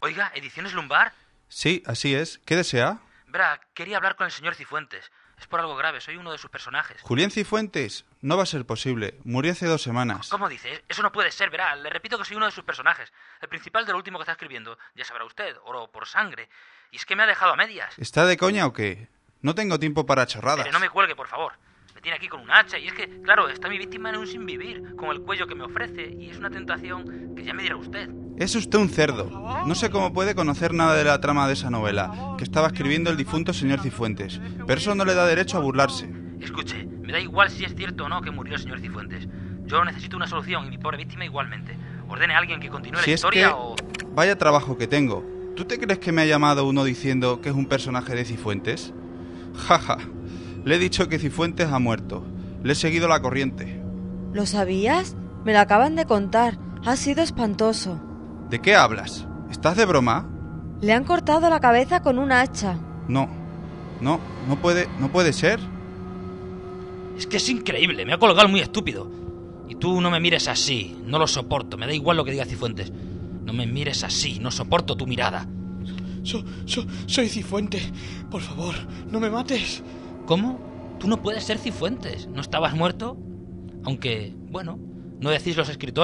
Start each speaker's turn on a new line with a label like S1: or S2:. S1: Oiga, ¿ediciones lumbar?
S2: Sí, así es. ¿Qué desea?
S1: Verá, quería hablar con el señor Cifuentes. Es por algo grave, soy uno de sus personajes.
S2: Julián Cifuentes. No va a ser posible. Murió hace dos semanas.
S1: ¿Cómo dice? Eso no puede ser, verá. Le repito que soy uno de sus personajes. El principal de lo último que está escribiendo. Ya sabrá usted, oro por sangre. Y es que me ha dejado a medias.
S2: ¿Está de coña o qué? No tengo tiempo para chorradas.
S1: Pero no me cuelgue, por favor. Me tiene aquí con un hacha y es que, claro, está mi víctima en un sinvivir, con el cuello que me ofrece y es una tentación que ya me dirá usted.
S2: Es usted un cerdo. No sé cómo puede conocer nada de la trama de esa novela que estaba escribiendo el difunto señor Cifuentes, pero eso no le da derecho a burlarse.
S1: Escuche, me da igual si es cierto o no que murió el señor Cifuentes. Yo necesito una solución y mi pobre víctima igualmente. Ordene a alguien que continúe
S2: Si
S1: la
S2: es
S1: historia
S2: que-
S1: o...
S2: Vaya trabajo que tengo. ¿Tú te crees que me ha llamado uno diciendo que es un personaje de Cifuentes? Jaja, le he dicho que Cifuentes ha muerto. Le he seguido la corriente.
S3: ¿Lo sabías? Me lo acaban de contar. Ha sido espantoso.
S2: ¿De qué hablas? ¿Estás de broma?
S3: Le han cortado la cabeza con un hacha.
S2: No, no, no puede, no puede ser.
S1: Es que es increíble, me ha colgado muy estúpido. Y tú no me mires así, no lo soporto, me da igual lo que diga Cifuentes. No me mires así, no soporto tu mirada.
S4: So- so- soy Cifuente. Por favor, no me mates.
S1: ¿Cómo? Tú no puedes ser Cifuentes, ¿no estabas muerto? Aunque, bueno, no decís los escritores.